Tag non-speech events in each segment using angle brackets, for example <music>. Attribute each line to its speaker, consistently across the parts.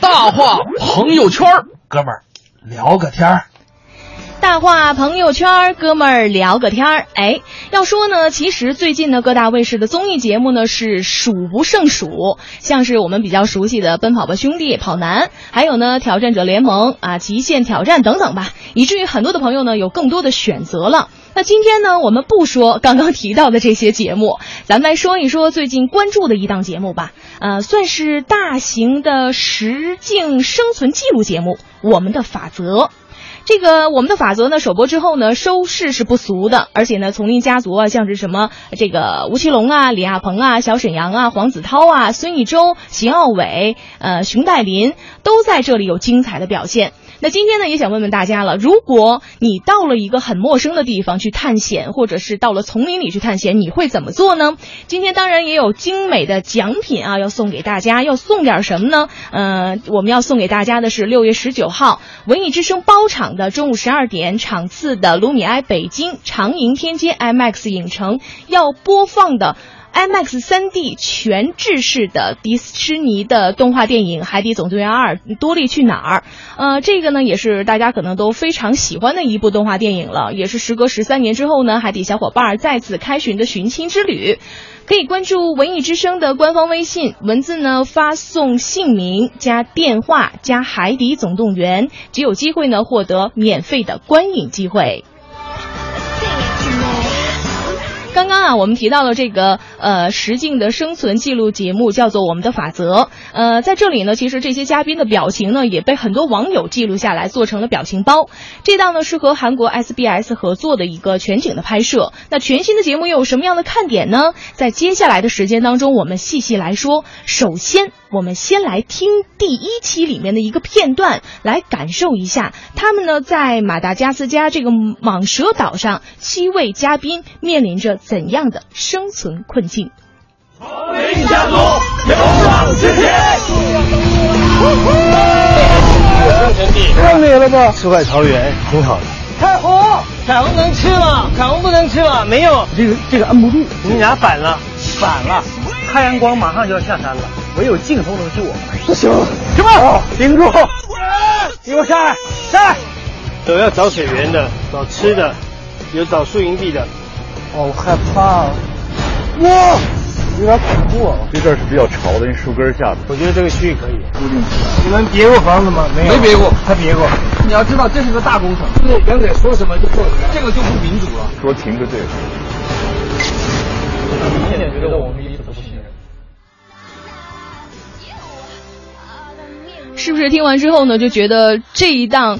Speaker 1: 大话朋友圈儿，哥们儿聊个天儿。
Speaker 2: 大话朋友圈儿，哥们儿聊个天儿。哎，要说呢，其实最近呢，各大卫视的综艺节目呢是数不胜数，像是我们比较熟悉的《奔跑吧兄弟》《跑男》，还有呢《挑战者联盟》啊，《极限挑战》等等吧，以至于很多的朋友呢有更多的选择了。那今天呢，我们不说刚刚提到的这些节目，咱们来说一说最近关注的一档节目吧。呃，算是大型的实境生存记录节目《我们的法则》。这个我们的法则呢，首播之后呢，收视是不俗的，而且呢，丛林家族啊，像是什么这个吴奇隆啊、李亚鹏啊、小沈阳啊、黄子韬啊、孙艺洲、邢傲伟、呃熊黛林都在这里有精彩的表现。那今天呢，也想问问大家了，如果你到了一个很陌生的地方去探险，或者是到了丛林里去探险，你会怎么做呢？今天当然也有精美的奖品啊，要送给大家，要送点什么呢？呃，我们要送给大家的是六月十九号文艺之声包场的中午十二点场次的卢米埃北京长楹天街 IMAX 影城要播放的。IMAX 3D 全制式的迪士尼的动画电影《海底总动员二：多利去哪儿》。呃，这个呢也是大家可能都非常喜欢的一部动画电影了，也是时隔十三年之后呢，海底小伙伴再次开巡的寻亲之旅。可以关注文艺之声的官方微信，文字呢发送姓名加电话加《海底总动员》，即有机会呢获得免费的观影机会。刚刚啊，我们提到了这个呃实境的生存记录节目，叫做《我们的法则》。呃，在这里呢，其实这些嘉宾的表情呢，也被很多网友记录下来，做成了表情包。这档呢是和韩国 SBS 合作的一个全景的拍摄。那全新的节目又有什么样的看点呢？在接下来的时间当中，我们细细来说。首先，我们先来听第一期里面的一个片段，来感受一下他们呢在马达加斯加这个蟒蛇岛上，七位嘉宾面临着怎样的生存困境。
Speaker 3: 林家族勇往直前。
Speaker 4: 看累了吧？
Speaker 5: 世外桃源，挺好的。
Speaker 4: 太红，
Speaker 6: 彩虹能吃吗？彩虹不能吃吗？没有，
Speaker 4: 这个这个按不住。
Speaker 6: 你俩反了，
Speaker 4: 反了！
Speaker 6: 太阳光马上就要下山了，唯有镜头能救我们。
Speaker 4: 不行，
Speaker 6: 什么？
Speaker 4: 顶住！
Speaker 6: 你给我下来，下来！
Speaker 5: 有要找水源的，找吃的，有找宿营地的。
Speaker 4: 哦，我害怕了。哇，有点恐怖啊！
Speaker 7: 这段是比较潮的，那树根下的。
Speaker 5: 我觉得这个区域可以。
Speaker 6: 你们别过房子吗？没有，
Speaker 4: 没别过，
Speaker 6: 他别过。
Speaker 4: 你要知道，这是个大工程，
Speaker 6: 袁磊说什么就做什么，
Speaker 4: 这个就不民主了。
Speaker 7: 说停就对了。
Speaker 6: 明显觉得我们一不是人。
Speaker 2: 是不是听完之后呢，就觉得这一档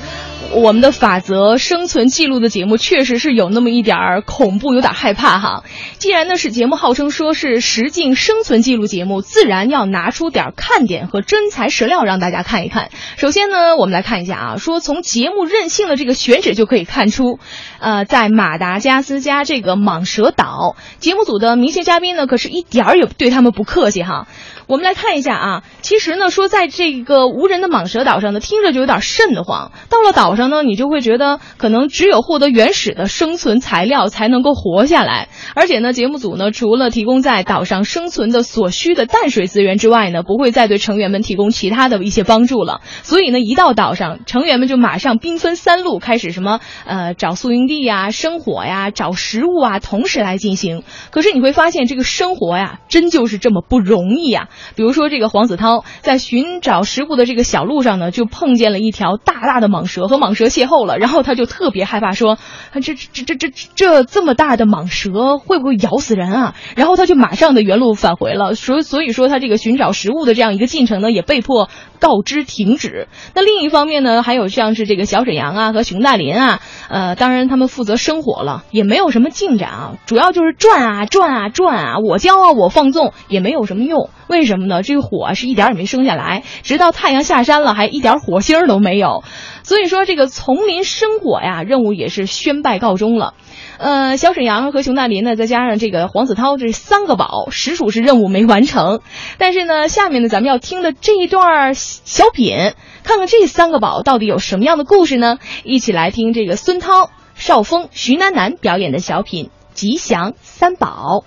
Speaker 2: 我们的法则生存记录的节目，确实是有那么一点儿恐怖，有点害怕哈。既然呢是节目号称说是实境生存记录节目，自然要拿出点儿看点和真材实料让大家看一看。首先呢，我们来看一下啊，说从节目任性的这个选址就可以看出，呃，在马达加斯加这个蟒蛇岛，节目组的明星嘉宾呢，可是一点儿也对他们不客气哈。我们来看一下啊，其实呢，说在这个无人的蟒蛇岛上呢，听着就有点瘆得慌。到了岛上呢，你就会觉得可能只有获得原始的生存材料才能够活下来。而且呢，节目组呢，除了提供在岛上生存的所需的淡水资源之外呢，不会再对成员们提供其他的一些帮助了。所以呢，一到岛上，成员们就马上兵分三路，开始什么呃找宿营地呀、生火呀、找食物啊，同时来进行。可是你会发现，这个生活呀，真就是这么不容易啊。比如说，这个黄子韬在寻找食物的这个小路上呢，就碰见了一条大大的蟒蛇，和蟒蛇邂逅了，然后他就特别害怕，说：“啊这这这这这这么大的蟒蛇会不会咬死人啊？”然后他就马上的原路返回了。所所以说，他这个寻找食物的这样一个进程呢，也被迫告知停止。那另一方面呢，还有像是这个小沈阳啊和熊大林啊，呃，当然他们负责生火了，也没有什么进展啊，主要就是转啊转啊转啊，我骄傲我放纵也没有什么用。为什么呢？这个火啊是一点儿也没升下来，直到太阳下山了，还一点火星儿都没有。所以说，这个丛林生火呀，任务也是宣败告终了。呃，小沈阳和熊大林呢，再加上这个黄子韬，这三个宝，实属是任务没完成。但是呢，下面呢，咱们要听的这一段小品，看看这三个宝到底有什么样的故事呢？一起来听这个孙涛、邵峰、徐楠楠表演的小品《吉祥三宝》。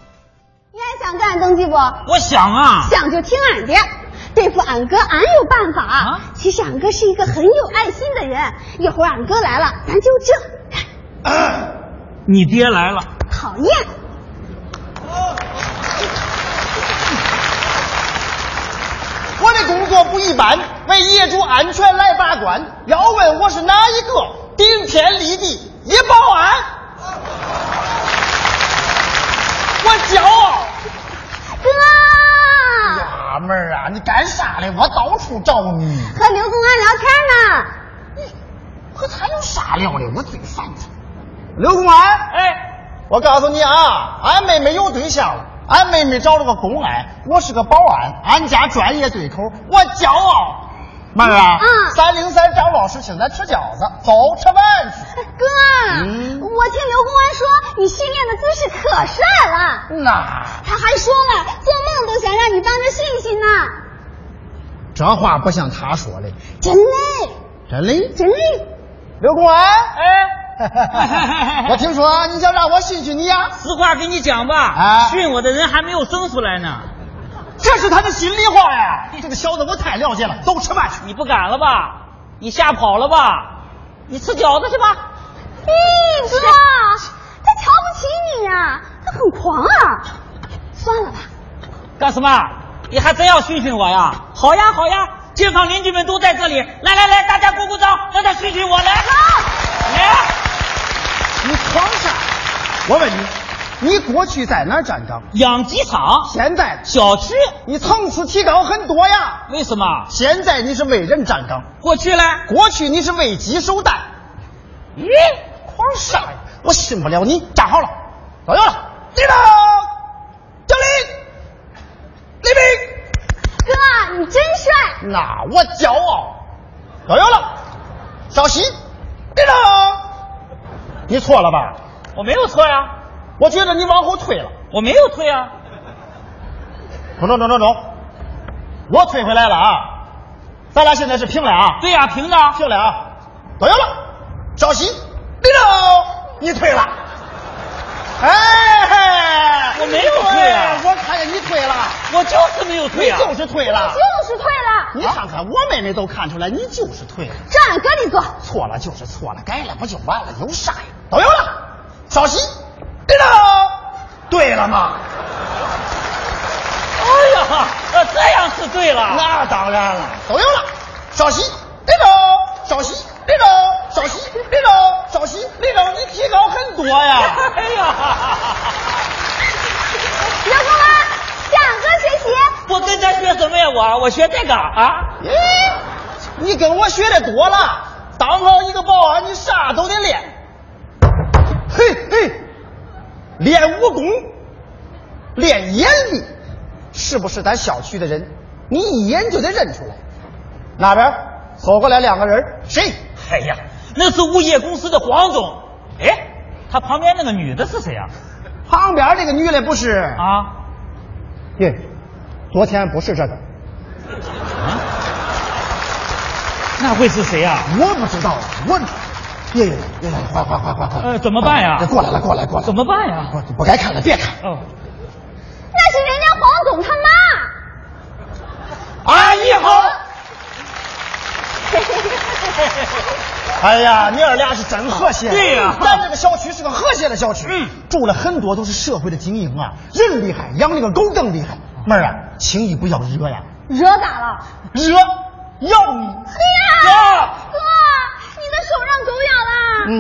Speaker 8: 你还想干登记不？
Speaker 6: 我想啊，
Speaker 8: 想就听俺的。对付俺哥，俺有办法。
Speaker 6: 啊
Speaker 8: 其实俺哥是一个很有爱心的人，一会儿俺哥来了，咱就这。
Speaker 6: 啊你爹来了，
Speaker 8: 讨厌，
Speaker 9: 我的工作不一般，为业主安全来把关。要问我是哪一个，顶天立地一保安。我骄傲。
Speaker 8: 哥
Speaker 9: 娘们儿啊，你干啥嘞？我到处找你，
Speaker 8: 和刘公安聊天呢。
Speaker 9: 和他有啥聊的？我最烦他。刘公安，哎，我告诉你啊，俺妹妹有对象了。俺妹妹找了个公安，我是个保安，俺家专业对口，我骄傲。妹儿啊，
Speaker 8: 嗯
Speaker 9: 三零三张老师请咱吃饺子，走吃饭去。
Speaker 8: 哥，
Speaker 6: 嗯
Speaker 8: 我听刘公安说你训练的姿势可帅了，
Speaker 9: 那
Speaker 8: 他还说了，做梦都想让你帮着训训呢。
Speaker 9: 这话不像他说的，
Speaker 8: 真嘞，
Speaker 9: 真的。
Speaker 8: 真嘞，
Speaker 9: 刘公安，哎， <laughs> 我听说你想让我训训你呀、
Speaker 6: 实话跟你讲吧，
Speaker 9: 啊
Speaker 6: 训我的人还没有生出来呢，
Speaker 9: 这是他的心里话呀。这个小子我太了解了，走吃饭去。
Speaker 6: 你不敢了吧？你吓跑了吧？你吃饺子去吧。
Speaker 8: 咦，哥，他瞧不起你呀、他很狂啊。算了吧，
Speaker 6: 干什么？你还真要训训我呀？好呀，好呀，街坊邻居们都在这里，来来来，大家鼓鼓掌，让他训训我来。来，
Speaker 9: 你狂啥？我问你，你过去在哪儿站岗？
Speaker 6: 养鸡场、
Speaker 9: 现在
Speaker 6: 小区，
Speaker 9: 你层次提高很多呀。
Speaker 6: 为什么？
Speaker 9: 现在你是为人站岗，
Speaker 6: 过去了，
Speaker 9: 过去你是为鸡守蛋。咦，狂啥呀？我信不了你。站好了，左右了，立正，敬礼，立正。
Speaker 8: 哥，你真帅。
Speaker 9: 那我骄傲。有有了，稍息，对了，你错了吧？
Speaker 6: 我没有错呀，
Speaker 9: 我觉得你往后退了。
Speaker 6: 我没有退啊。
Speaker 9: 中中中中中，我退回来了啊！咱俩现在是平了啊，
Speaker 6: 对呀、凭着
Speaker 9: 平了啊。都有了，稍息，对了，你退了。哎，
Speaker 6: 我没有退啊
Speaker 9: 对我看见你退了，
Speaker 6: 我就是没有退啊。
Speaker 9: 你就是退了。
Speaker 8: 就是退了，
Speaker 9: 你看看，我妹妹都看出来，你就是退了。
Speaker 8: 站俺哥里坐。
Speaker 9: 错了就是错了，改了不就完了？有啥呀？都有了，稍息，对了，对了嘛？
Speaker 6: 哎呀，呃，这样是对了。
Speaker 9: 那当然了，都有了，稍息，对了，稍息，对了，稍息，对了，稍息，对了，你提高很多呀。
Speaker 6: 哎呀，
Speaker 8: 刘公啊安，向俺哥学习。
Speaker 6: 我跟他学什么呀？我我学这个啊？
Speaker 9: 咦，你跟我学的多了，当好一个保安，你啥都得练。嘿嘿，练武功，练眼力，是不是咱小区的人，你一眼就得认出来？那边走过来两个人，谁？
Speaker 6: 哎呀，那是物业公司的黄总。哎，他旁边那个女的是谁啊？
Speaker 9: 旁边这个女的不是？
Speaker 6: 啊，
Speaker 9: 耶，昨天不是这个，
Speaker 6: 那会是谁啊？
Speaker 9: 我不知道啊，我。耶耶耶！快快快快快！哎
Speaker 6: 呃怎么办呀
Speaker 9: 过来了，过来过来！
Speaker 6: 怎么办呀
Speaker 9: 不不该看了，别看。
Speaker 6: 哦，
Speaker 8: 那是人家黄总他妈。
Speaker 9: 阿姨好。哎呀，你二俩是真和谐。
Speaker 6: 对呀
Speaker 9: 咱这个小区是个和谐的小区，
Speaker 6: 嗯
Speaker 9: 住了很多都是社会的精英啊，人厉害，养那个狗更厉害。妹儿啊，轻易不要惹呀，
Speaker 8: 惹咋了？
Speaker 9: 惹要你。
Speaker 8: 哎
Speaker 9: 呀
Speaker 8: 呀，哥，你的手让狗咬了。
Speaker 9: 嗯，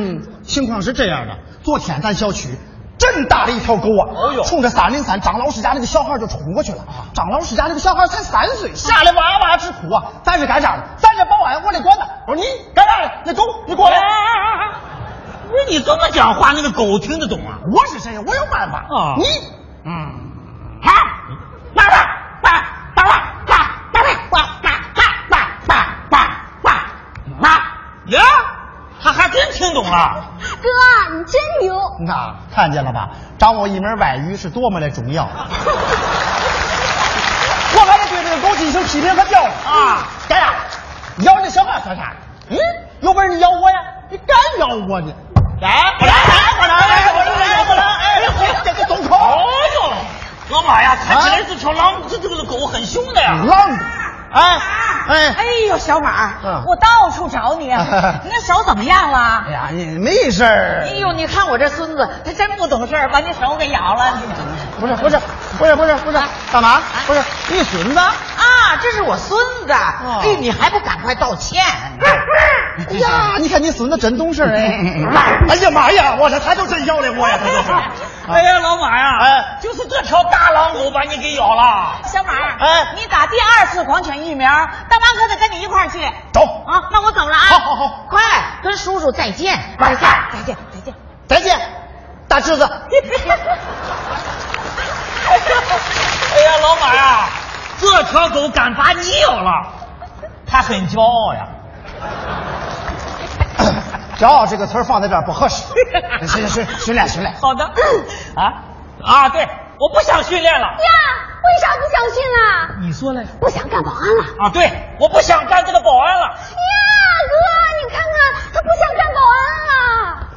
Speaker 9: 情况是这样的，昨天咱小区。真大的一条狗啊！
Speaker 6: 哎呦啊
Speaker 9: 冲着三零三张老师家那个小孩就冲过去了。张老师家那个小孩才三岁，吓得哇哇直哭啊！咱是干啥的？咱这保安，我得管他。我说你干啥的？那狗，你过
Speaker 6: 哎
Speaker 9: 来！
Speaker 6: 哎哎哎哎，不是你这么讲话，那个狗听得懂啊？
Speaker 9: 我是谁？我有办法
Speaker 6: 啊
Speaker 9: 你，嗯，啊，爸爸，爸，爸爸，爸，爸爸，爸，爸，爸，爸，爸，爸，爸，
Speaker 6: 呀，他还真听懂了。
Speaker 8: 哥，你真牛。
Speaker 9: 那看见了吧？掌握一门外语是多么的重
Speaker 6: <laughs>
Speaker 9: 要。我还得对这个狗进行批评和教育啊！干啥？你咬那小孩算啥？嗯，有本事你咬我呀！你敢咬我呢？来，我来，我来，我来，我来，哎，这个松口。
Speaker 6: 哎呦，老马呀，看起来这条狼，这这个狗很凶的呀。
Speaker 9: 狼，哎哎
Speaker 10: 哎呦，小马
Speaker 9: 嗯，
Speaker 10: 我到处找你，你那手怎么样了？
Speaker 9: 哎呀，你没事儿
Speaker 10: 哎。呦，你看我这孙子，他真不懂事儿，把你手给咬了。
Speaker 9: 不是不是不是不是不是，干嘛？不是你孙子？
Speaker 10: 啊，这是我孙子，哎，你还不赶快道歉？
Speaker 9: 哎呀，你看你孙子真懂事儿哎！哎呀妈呀，我这他就真要了我呀，他就是。
Speaker 6: 哎呀，老马呀，
Speaker 9: 哎，
Speaker 6: 就是这条大狼狗把你给咬了。
Speaker 10: 小马，
Speaker 9: 哎
Speaker 10: 你打第二次狂犬疫苗，大妈可得跟你一块儿去。
Speaker 9: 走
Speaker 10: 啊，那我走了啊。
Speaker 9: 好好好，
Speaker 10: 快跟叔叔再见。
Speaker 9: 再见
Speaker 10: 再见，再见。
Speaker 9: 再见，大侄子。
Speaker 8: <laughs>
Speaker 6: 哎呀，老马呀，这条狗敢把你咬了，它很骄傲呀。
Speaker 9: 骄傲这个词儿放在这儿不合适。训训训练训练。
Speaker 6: 好 <laughs> 的，啊啊，对，我不想训练了。
Speaker 8: 呀，为啥不想训啦？
Speaker 6: 你说嘞？
Speaker 8: 不想干保安了。
Speaker 6: 啊，对，我不想干这个保安了。
Speaker 8: 呀，哥，你看看，他不想干保安了。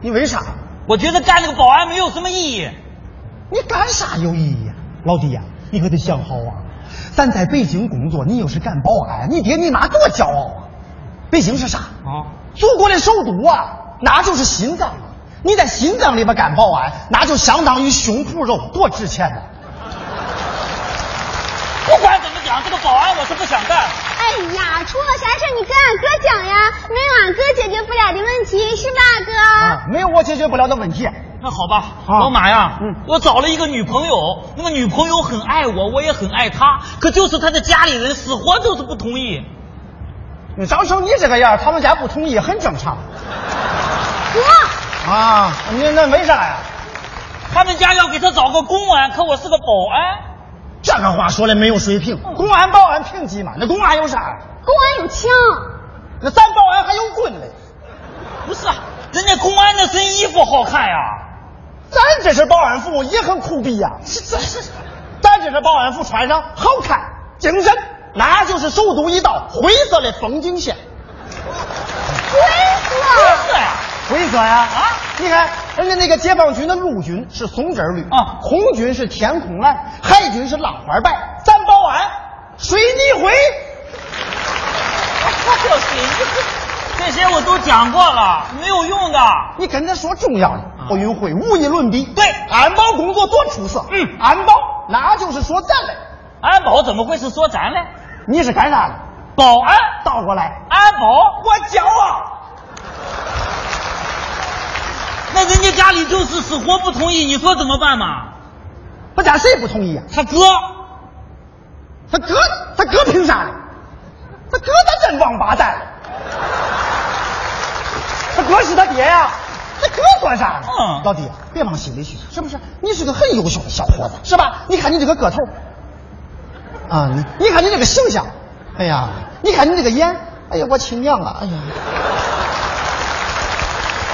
Speaker 9: 你为啥？
Speaker 6: 我觉得干这个保安没有什么意义。
Speaker 9: 你干啥有意义呀、老弟呀、你可得想好啊！咱在北京工作，你要是干保安，你爹你妈多骄傲啊！北京是啥？
Speaker 6: 啊，
Speaker 9: 祖国的首都啊，那就是心脏啊。你在心脏里边干保安，那就相当于胸脯肉，多值钱呐、
Speaker 6: 不管怎么讲，这个保安我是不想干。
Speaker 8: 哎呀，出了啥事儿你跟俺哥讲呀，没有俺哥解决不了的问题是吧，哥？
Speaker 9: 啊！没有我解决不了的问题。
Speaker 6: 那好吧，
Speaker 9: 啊
Speaker 6: 老马呀，
Speaker 9: 嗯
Speaker 6: 我找了一个女朋友，那个女朋友很爱我，我也很爱她，可就是她的家里人死活就是不同意。
Speaker 9: 你长成你这个样儿，他们家不同意很正常
Speaker 8: 哥，
Speaker 9: 啊。你那为啥呀？
Speaker 6: 他们家要给她找个公安，可我是个保安。
Speaker 9: 这个话说的没有水平。公安保安平级嘛，那公安有啥呀？
Speaker 8: 公安有枪，
Speaker 9: 那咱保安还有棍嘞。
Speaker 6: 不是啊，人家公安那身衣服好看呀。
Speaker 9: 咱这身保安服也很酷毙呀、咱这身保安服穿上好看、精神，那就是首都一道灰色的风景线。
Speaker 6: 不是呀、 <laughs>
Speaker 9: 灰色呀啊！你看人家那个解放军的陆军是松枝绿
Speaker 6: 啊
Speaker 9: 空军是天空蓝，海军是浪花白，咱保安水泥灰。
Speaker 6: 这些我都讲过了，没有用的。
Speaker 9: 你跟他说重要的，奥运会无与伦比。
Speaker 6: 啊对
Speaker 9: 安保工作多出色。
Speaker 6: 嗯
Speaker 9: 安保那就是说咱嘞，
Speaker 6: 安保怎么会是说咱嘞？
Speaker 9: 你是干啥的？
Speaker 6: 保安，
Speaker 9: 倒过来，
Speaker 6: 安保，我啊骄傲。那人家家里就是死活不同意，你说怎么办嘛？
Speaker 9: 他家谁不同意呀、啊
Speaker 6: 他哥，
Speaker 9: 他哥，他哥凭啥呢？他哥他真王八蛋了。他哥是他爹呀、他哥算啥呢？
Speaker 6: 嗯
Speaker 9: 老弟，别往心里去，是不是？你是个很优秀的小伙子，是吧？你看你这个个头，啊，你你看你这个形象，哎呀，你看你这个眼，哎呀，我亲娘啊，哎呀，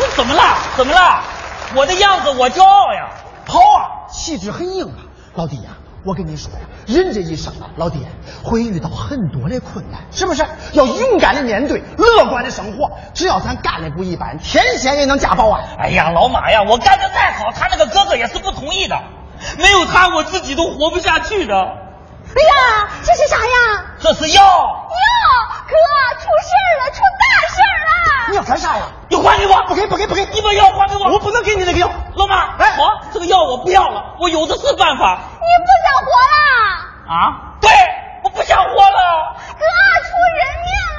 Speaker 6: 我怎么了？怎么了？我的样子我骄傲呀。
Speaker 9: 好啊，气质很硬啊，老弟呀、我跟你说呀、人这一生啊，老弟会遇到很多的困难，是不是？要勇敢的面对，乐观的生活。只要咱干的不一般，天仙也能啊嫁保安。
Speaker 6: 哎呀，老马呀，我干的再好，他那个哥哥也是不同意的，没有他我自己都活不下去的。
Speaker 8: 哎呀，这是啥呀？
Speaker 6: 这是药，
Speaker 8: 哟，哥，出事儿了，出大事儿
Speaker 9: 你
Speaker 8: 了！
Speaker 9: 要干啥呀？
Speaker 6: 你还给我！
Speaker 9: 不给，不给，不给！
Speaker 6: 你把药还给我！
Speaker 9: 我不能给你那个药。
Speaker 6: 老马，
Speaker 9: 哎
Speaker 6: 好，这个药我不要了，我有的是办法。
Speaker 8: 你不想活啦？
Speaker 6: 啊？对，我不想活了。
Speaker 8: 哥，出人命了！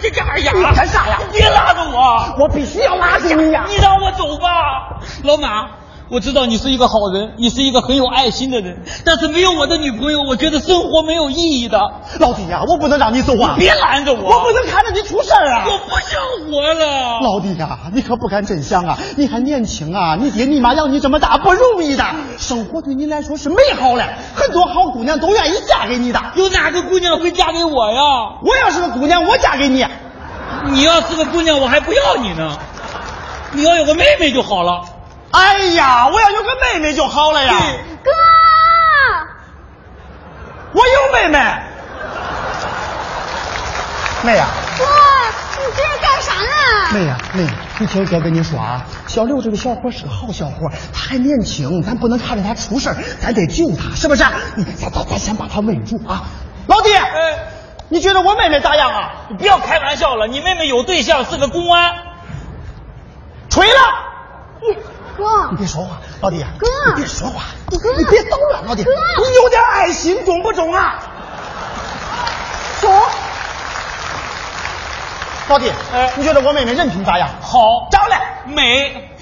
Speaker 6: 这这，哎呀，
Speaker 9: 你干啥呀
Speaker 6: 你别拉着我，
Speaker 9: 我必须要拉住你呀！
Speaker 6: 你让我走吧，老马。我知道你是一个好人，你是一个很有爱心的人，但是没有我的女朋友，我觉得生活没有意义的。
Speaker 9: 老弟呀、我不能让你走啊！
Speaker 6: 别拦着啊我，
Speaker 9: 我不能看着你出事儿啊！
Speaker 6: 我不想活了。
Speaker 9: 老弟呀、你可不敢真想啊！你还年轻啊，你爹你妈养你这么大不容易的，生活对你来说是美好的，很多好姑娘都愿意嫁给你的。
Speaker 6: 有哪个姑娘会嫁给我呀？
Speaker 9: 我要是个姑娘，我嫁给你。
Speaker 6: 你要是个姑娘，我还不要你呢。你要有个妹妹就好了。
Speaker 9: 哎呀，我要有个妹妹就好了呀！
Speaker 8: 哥，
Speaker 9: 我有妹妹。妹呀、
Speaker 8: 哥，你这是干啥呢？
Speaker 9: 妹呀、妹，你听哥跟你说啊，小六这个小伙是个好小伙，他还年轻，咱不能看着他出事儿咱得救他，是不是？你咱咱咱先把他稳住啊！老弟，弟，
Speaker 6: 哎
Speaker 9: 你觉得我妹妹咋样啊？
Speaker 6: 你不要开玩笑了，你妹妹有对象，是个公安。
Speaker 9: 锤了！
Speaker 8: 哥，
Speaker 9: 你别说话，老弟，
Speaker 8: 哥
Speaker 9: 你别说话，
Speaker 8: 哥
Speaker 9: 你别叨了，老弟，
Speaker 8: 哥
Speaker 9: 你有点爱心，中不中啊？中。老弟，你觉得我妹妹人品咋样？
Speaker 6: 好，
Speaker 9: 长得
Speaker 6: 美。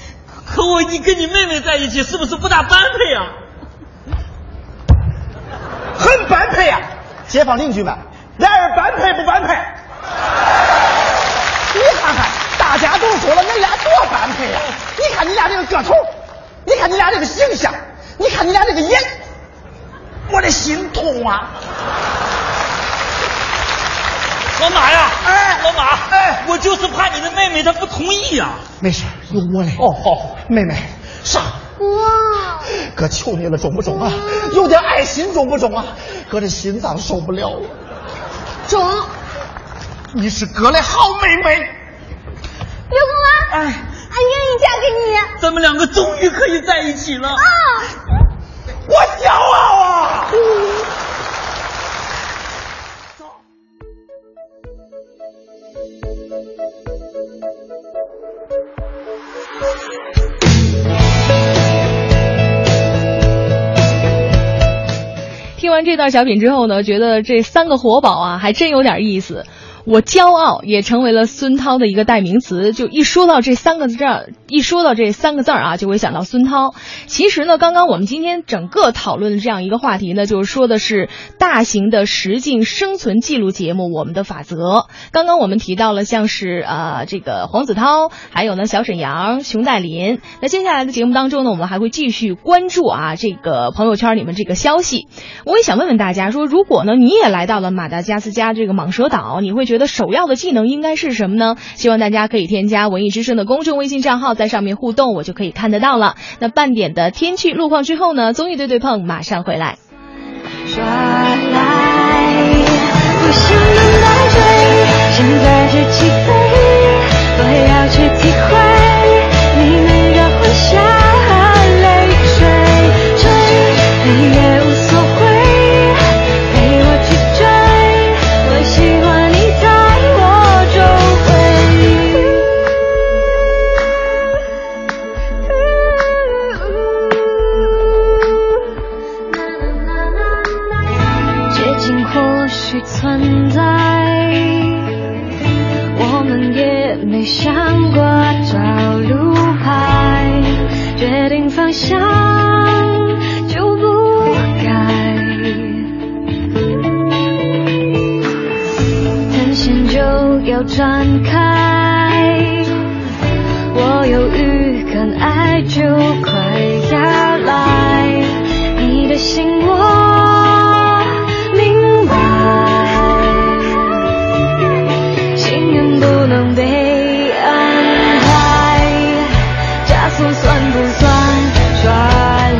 Speaker 6: 可我你跟你妹妹在一起，是不是不大般配啊？
Speaker 9: 很般配啊！街坊邻居们，俩人般配不般配？你看看，大家都说了，恁俩多般配啊！你看你俩这个个头，你看你俩这个形象，你看你俩这个眼，我的心痛啊！
Speaker 6: 老马呀，
Speaker 9: 哎
Speaker 6: 老马，
Speaker 9: 哎
Speaker 6: 我就是怕你的妹妹她不同意啊呀、
Speaker 9: 没事，有我嘞。哦，好，妹妹，上，
Speaker 8: 哥，
Speaker 9: 哥求你了，中不中啊？有点爱心中不中啊？哥这心脏受不了了。
Speaker 8: 中，
Speaker 9: 你是哥的好妹妹，
Speaker 8: 刘公安，俺愿意嫁给你啊！
Speaker 6: 咱们两个终于可以在一起
Speaker 9: 啊
Speaker 6: 了。
Speaker 9: 我骄傲啊！
Speaker 2: 听完这段小品之后呢，觉得这三个活宝啊，还真有点意思。我骄傲也成为了孙涛的一个代名词，就一说到这三个字儿，一说到这三个字儿啊，就会想到孙涛。其实呢，刚刚我们今天整个讨论的这样一个话题呢，就是说的是大型的实境生存记录节目《我们的法则》。刚刚我们提到了像是呃这个黄子韬，还有呢小沈阳、熊黛林。那接下来的节目当中呢，我们还会继续关注啊这个朋友圈里面这个消息。我也想问问大家说，如果呢你也来到了马达加斯加这个蟒蛇岛，你会觉得首要的技能应该是什么呢？希望大家可以添加文艺之声的公众微信账号，在上面互动，我就可以看得到了。那半点的天气路况之后呢，综艺对对碰马上回来。
Speaker 11: 耍赖，不想等待追，现在是起飞，我要去体会，你们让我下泪追追，累也无所谓，陪我去追，我喜欢你在我周围。绝情或许存在，我们也没想过找路牌，决定方向就不改，单线就要转开。我有预感，爱就快要来。你的心我明白，心愿不能被安排。加速算不算耍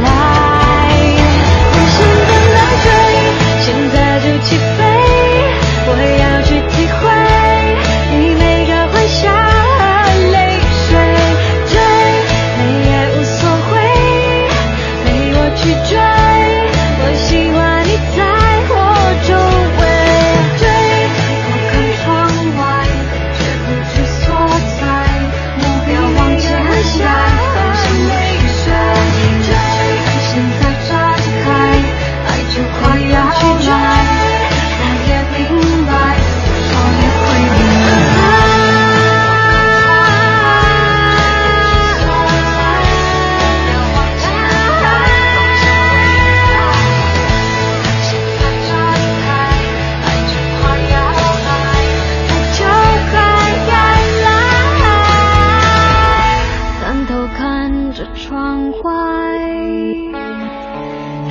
Speaker 11: 赖？不想等待追，现在就起飞，我要去体会你每个欢笑和泪水。追，累也无所谓，陪我去追，我喜欢你在我周围。追，我看窗外，绝不去所在，目标往前下，方向泪水。追，现在展开，爱就快要来，我也明白，我也会明就快要来，抬头看着窗外，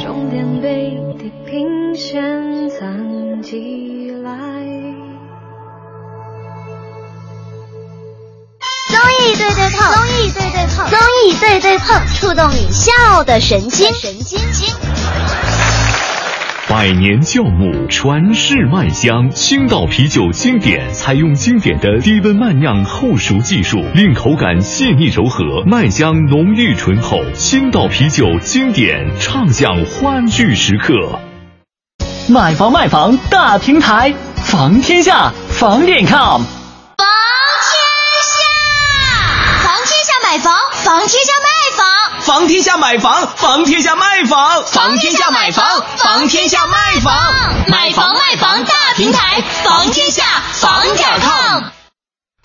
Speaker 11: 终点被地平线藏起来。
Speaker 12: 综艺对对碰，综艺对对碰，综艺对对碰，触动你笑的神经，神经经。
Speaker 13: 百年酵母，传世麦香。青岛啤酒经典采用经典的低温慢酿后熟技术，令口感细腻柔和，麦香浓郁醇厚。青岛啤酒经典，畅享欢聚时刻。
Speaker 14: 买房卖房大平台，房天下，房点 com。
Speaker 8: 房天下，房天下买房，房天下卖房，
Speaker 9: 房天下买房，房天下卖房，房天下买房，房天下卖房，
Speaker 8: 买房卖房大平台，房天下，房点 com。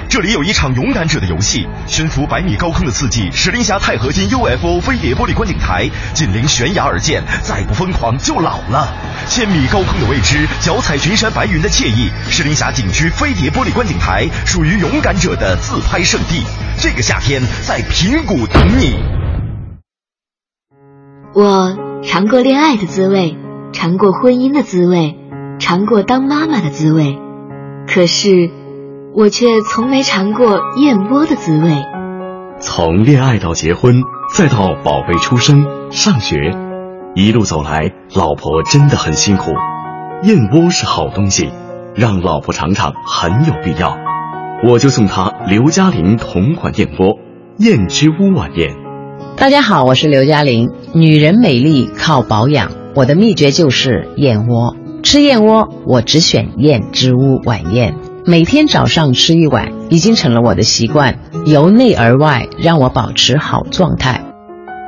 Speaker 15: 这里有一场勇敢者的游戏，悬浮百米高空的刺激，石林峡钛合金 UFO 飞碟玻璃观景台，紧邻悬崖而建，再不疯狂就老了。千米高空的未知，脚踩群山白云的惬意，石林峡景区飞碟玻璃观景台属于勇敢者的自拍圣地。这个夏天在平谷等你。
Speaker 11: 我尝过恋爱的滋味，尝过婚姻的滋味，尝过当妈妈的滋味，可是我却从没尝过燕窝的滋味。
Speaker 13: 从恋爱到结婚，再到宝贝出生、上学，一路走来，老婆真的很辛苦。燕窝是好东西，让老婆尝尝很有必要。我就送她刘嘉玲同款燕窝“燕之屋”晚宴。
Speaker 16: 大家好，我是刘嘉玲。女人美丽靠保养，我的秘诀就是燕窝。吃燕窝，我只选燕之屋晚宴，每天早上吃一碗，已经成了我的习惯，由内而外让我保持好状态。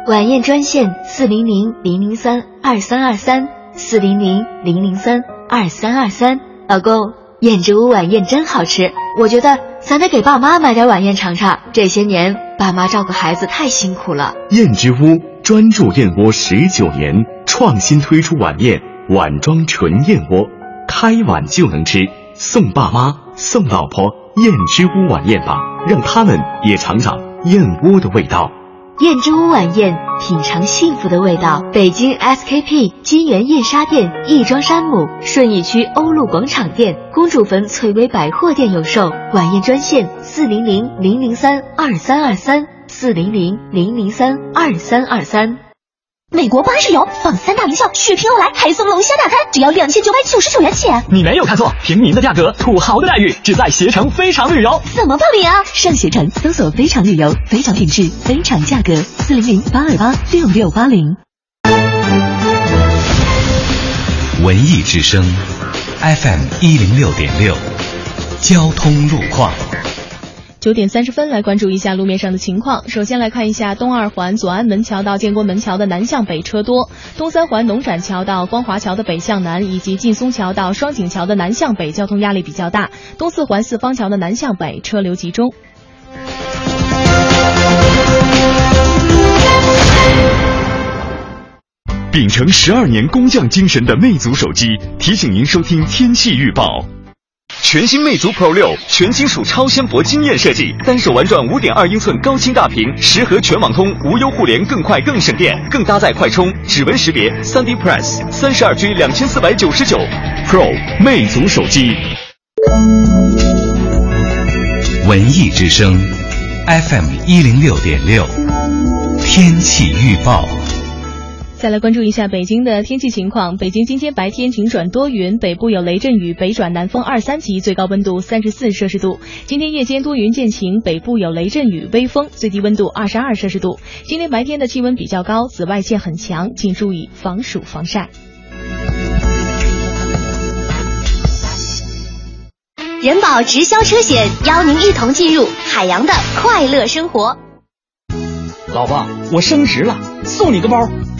Speaker 11: 晚宴专线四零零零零三二三二三四零零零零三二三二三。老公，燕之屋晚宴真好吃，我觉得咱得给爸妈买点晚宴尝尝。这些年爸妈照顾孩子太辛苦了。
Speaker 13: 燕之屋专注燕窝十九年，创新推出晚宴碗装纯燕窝，开碗就能吃，送爸妈送老婆燕之屋晚宴吧，让他们也尝尝燕窝的味道。
Speaker 11: 燕之屋晚宴，品尝幸福的味道。北京 SKP 金源燕莎店、亦庄山姆、顺义区欧陆广场店、公主坟翠微百货店有售。晚宴专线：四零零零零三二三二三，四零零零零三二三二三。
Speaker 8: 美国八十游仿三大名校，血拼欧莱，还送龙虾大餐，只要两千九百九十九元起。
Speaker 14: 你没有看错，平民的价格，土豪的待遇，只在携程非常旅游。
Speaker 8: 怎么报名啊？
Speaker 17: 上携程搜索“非常旅游”，非常品质，非常价格，四零零八二八六六八零。
Speaker 18: 文艺之声，FM 一零六点六，交通路况。
Speaker 2: 九点三十分，来关注一下路面上的情况。首先来看一下东二环左安门桥到建国门桥的南向北车多，东三环农展桥到光华桥的北向南，以及劲松桥到双井桥的南向北交通压力比较大。东四环四方桥的南向北车流集中。
Speaker 13: 秉承十二年工匠精神的魅族手机提醒您收听天气预报。全新魅族 Pro 六，全金属超纤薄惊艳设计，单手玩转五点二英寸高清大屏，十核全网通，无忧互联，更快更省电，更搭载快充、指纹识别、三 D Press，三十二 G 两千四百九十九，Pro 魅族手机。
Speaker 18: 文艺之声，FM 一零六点六，天气预报。
Speaker 2: 再来关注一下北京的天气情况。北京今天白天晴转多云，北部有雷阵雨，北转南风二三级，最高温度三十四摄氏度。今天夜间多云见晴，北部有雷阵雨，微风，最低温度二十二摄氏度。今天白天的气温比较高，紫外线很强，请注意防暑防晒。
Speaker 8: 人保直销车险邀您一同进入海洋的快乐生活。
Speaker 14: 老婆，我升职了，送你个包。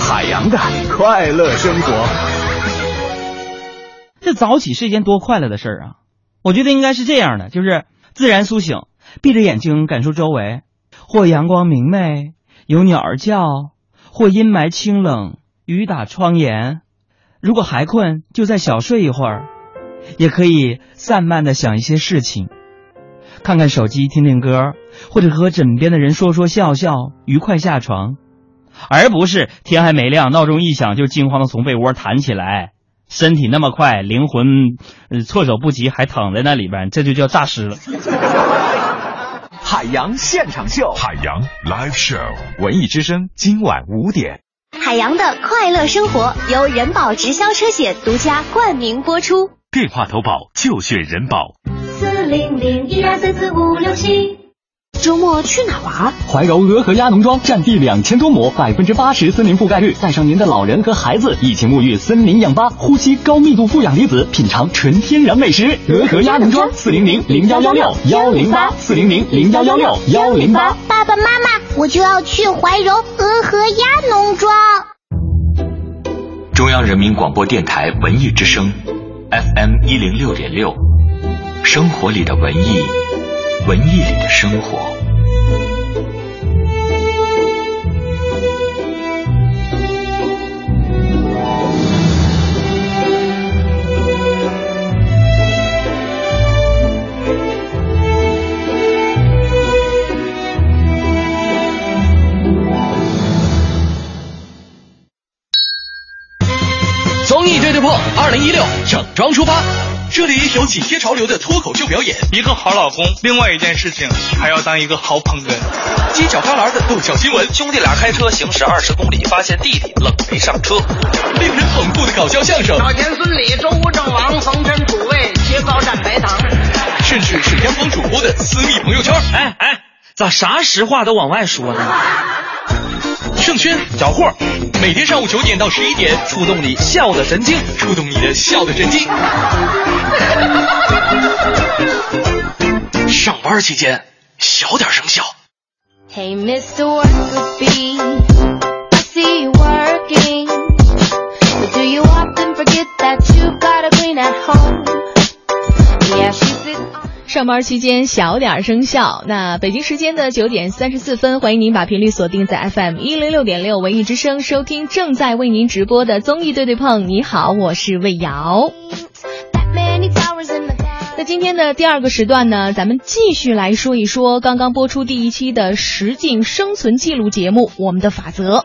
Speaker 18: 海洋的快乐生活。
Speaker 19: 这早起是一件多快乐的事儿啊！我觉得应该是这样的，就是自然苏醒，闭着眼睛感受周围，或阳光明媚，有鸟儿叫；或阴霾清冷，雨打窗沿。如果还困，就再小睡一会儿，也可以散漫的想一些事情，看看手机，听听歌，或者和枕边的人说说笑笑，愉快下床。而不是天还没亮，闹钟一响就惊慌的从被窝弹起来，
Speaker 20: 身体那么快，灵魂呃措手不及，还躺在那里边，这就叫诈尸了。
Speaker 18: <laughs> 海洋现场秀，海洋 Live Show，文艺之声今晚五点。
Speaker 12: 海洋的快乐生活由人保直销车险独家冠名播出。
Speaker 18: 电话投保就选人保。
Speaker 12: 四零零一二三四五六七。周末去哪玩？
Speaker 1: 怀柔鹅和鸭农庄占地两千多亩，百分之八十森林覆盖率，带上您的老人和孩子一起沐浴森林氧吧，呼吸高密度负氧离子，品尝纯天然美食。鹅和鸭农庄四零零零幺幺六幺零八四零零零幺幺六幺零八。
Speaker 12: 爸爸妈妈，我就要去怀柔鹅和鸭农庄。
Speaker 18: 中央人民广播电台文艺之声，FM 一零六点六，生活里的文艺，文艺里的生活。
Speaker 21: 综艺对对碰，二零一六整装出发。这里有紧贴潮流的脱口秀表演，一个好老公，另外一件事情还要当一个好捧哏。犄角旮旯的逗笑新闻，兄弟俩开车行驶二十公里，发现弟弟冷没上车。令人捧腹的搞笑相声，
Speaker 10: 老田、孙李、周吴、郑王、冯真、楚卫、薛高、战白糖。
Speaker 21: 甚至是央广主播的私密朋友圈。哎哎，咋啥实话都往外说呢？盛轩找货，每天上午九点到十一点，触动你笑的神经，触动你的笑的神经。上班期间小点声笑。
Speaker 11: Hey, Mr. Worker Bee, I see you working, but do you often forget that you've got a queen at home? Yeah, she sits.
Speaker 2: 上班期间小点儿声效。那北京时间的九点三十四分，欢迎您把频率锁定在 FM 一零六点六文艺之声，收听正在为您直播的综艺对对碰。你好，我是魏瑶。
Speaker 11: Many flowers in the
Speaker 2: 那今天的第二个时段呢，咱们继续来说一说刚刚播出第一期的实境生存记录节目《我们的法则》。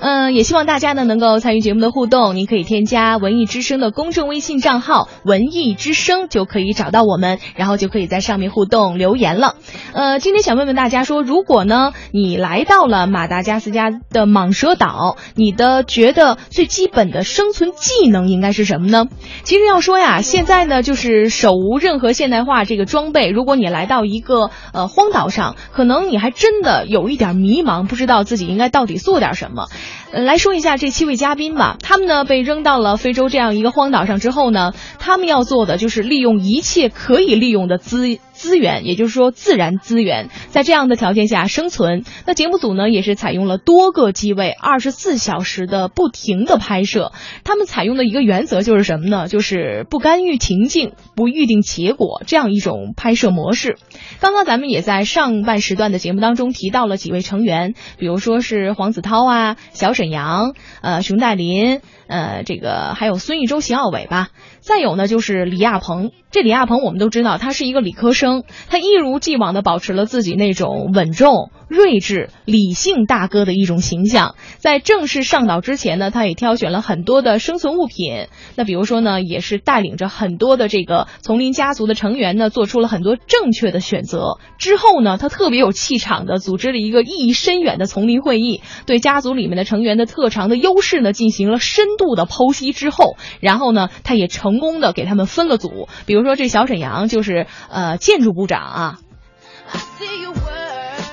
Speaker 2: 嗯，也希望大家呢能够参与节目的互动，您可以添加文艺之声的公众微信账号“文艺之声”，就可以找到我们，然后就可以在上面互动留言了。呃，今天想问问大家说，如果呢你来到了马达加斯加的蟒蛇岛，你的觉得最基本的生存技能应该是什么呢？其实要说呀，现在呢就是手无任何现代化这个装备，如果你来到一个呃荒岛上，可能你还真的有一点迷茫，不知道自己应该到底做点什么。呃来说一下这七位嘉宾吧，他们呢被扔到了非洲这样一个荒岛上之后呢，他们要做的就是利用一切可以利用的资资源，也就是说自然资源，在这样的条件下生存。那节目组呢也是采用了多个机位，二十四小时的不停的拍摄。他们采用的一个原则就是什么呢？就是不干预情境，不预定结果这样一种拍摄模式。刚刚咱们也在上半时段的节目当中提到了几位成员，比如说是黄子韬啊、小沈阳、呃熊黛林、呃这个还有孙艺洲、邢傲伟吧。再有呢就是李亚鹏，这李亚鹏我们都知道他是一个理科生，他一如既往的保持了自己那种稳重、睿智、理性大哥的一种形象。在正式上岛之前呢，他也挑选了很多的生存物品，那比如说呢，也是带领着很多的这个丛林家族的成员呢，做出了很多正确的选择。之后呢，他特别有气场的组织了一个意义深远的丛林会议，对家族里面的成员的特长的优势呢进行了深度的剖析之后，然后呢，他也成功的给他们分了组。比如说这小沈阳就是呃建筑部长啊，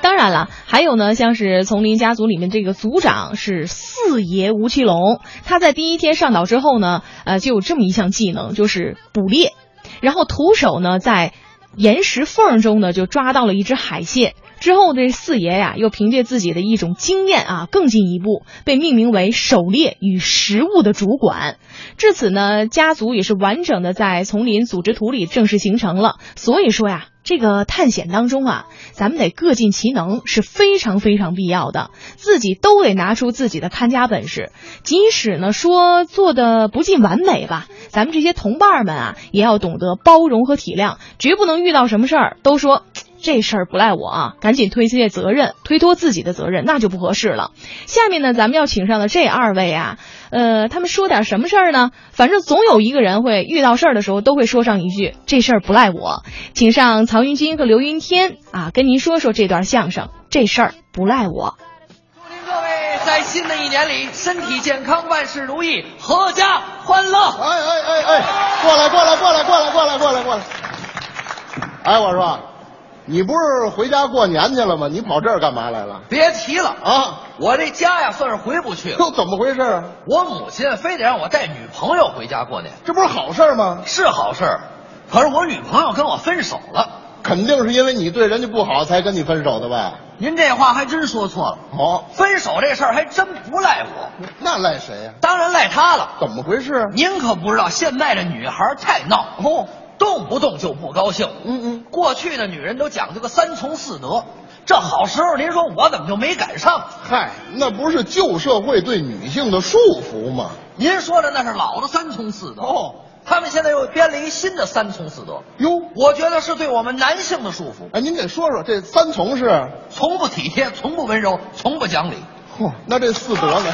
Speaker 2: 当然了，还有呢，像是丛林家族里面这个族长是四爷吴奇隆，他在第一天上岛之后呢，呃，就有这么一项技能，就是捕猎。然后徒手呢，在岩石缝中呢，就抓到了一只海蟹。之后，这四爷呀，又凭借自己的一种经验啊，更进一步，被命名为狩猎与食物的主管。至此呢，家族也是完整的在丛林组织图里正式形成了。所以说呀，这个探险当中啊，咱们得各尽其能是非常非常必要的，自己都得拿出自己的看家本事。即使呢说做的不尽完美吧，咱们这些同伴们啊，也要懂得包容和体谅，绝不能遇到什么事儿都说。这事儿不赖我啊，赶紧推卸责任，推脱自己的责任，那就不合适了。下面呢，咱们要请上的这二位啊，呃，他们说点什么事儿呢？反正总有一个人会遇到事儿的时候都会说上一句“这事儿不赖我”。请上曹云金和刘云天啊，跟您说说这段相声“这事儿不赖我”。
Speaker 10: 各位在新的一年里，身体健康，万事如意，阖家欢乐。哎哎哎哎，
Speaker 9: 过来过来过来过来过来过来过来。哎，我说，你不是回家过年去了吗？你跑这儿干嘛来了？
Speaker 10: 别提了啊，我这家呀算是回不去了。
Speaker 9: 怎么回事啊？
Speaker 10: 我母亲非得让我带女朋友回家过年，
Speaker 9: 这不是好事吗？
Speaker 10: 是好事儿，可是我女朋友跟我分手了。
Speaker 9: 肯定是因为你对人家不好才跟你分手的吧？
Speaker 10: 您这话还真说错了。
Speaker 9: 哦，
Speaker 10: 分手这事儿还真不赖我，
Speaker 9: 那赖谁呀、
Speaker 10: 当然赖她了。
Speaker 9: 怎么回事？啊
Speaker 10: 您可不知道，现在的女孩太闹
Speaker 9: 哦，
Speaker 10: 动不动就不高兴。
Speaker 9: 嗯嗯，
Speaker 10: 过去的女人都讲究个三从四德，这好时候您说我怎么就没赶上？
Speaker 9: 嗨，那不是旧社会对女性的束缚吗？
Speaker 10: 您说的那是老的三从四德
Speaker 9: 哦，
Speaker 10: 他们现在又编了一新的三从四德。
Speaker 9: 哟，
Speaker 10: 我觉得是对我们男性的束缚，
Speaker 9: 哎，您给说说这三从是？
Speaker 10: 从不体贴，从不温柔，从不讲理，
Speaker 9: 嚯，那这四德呢？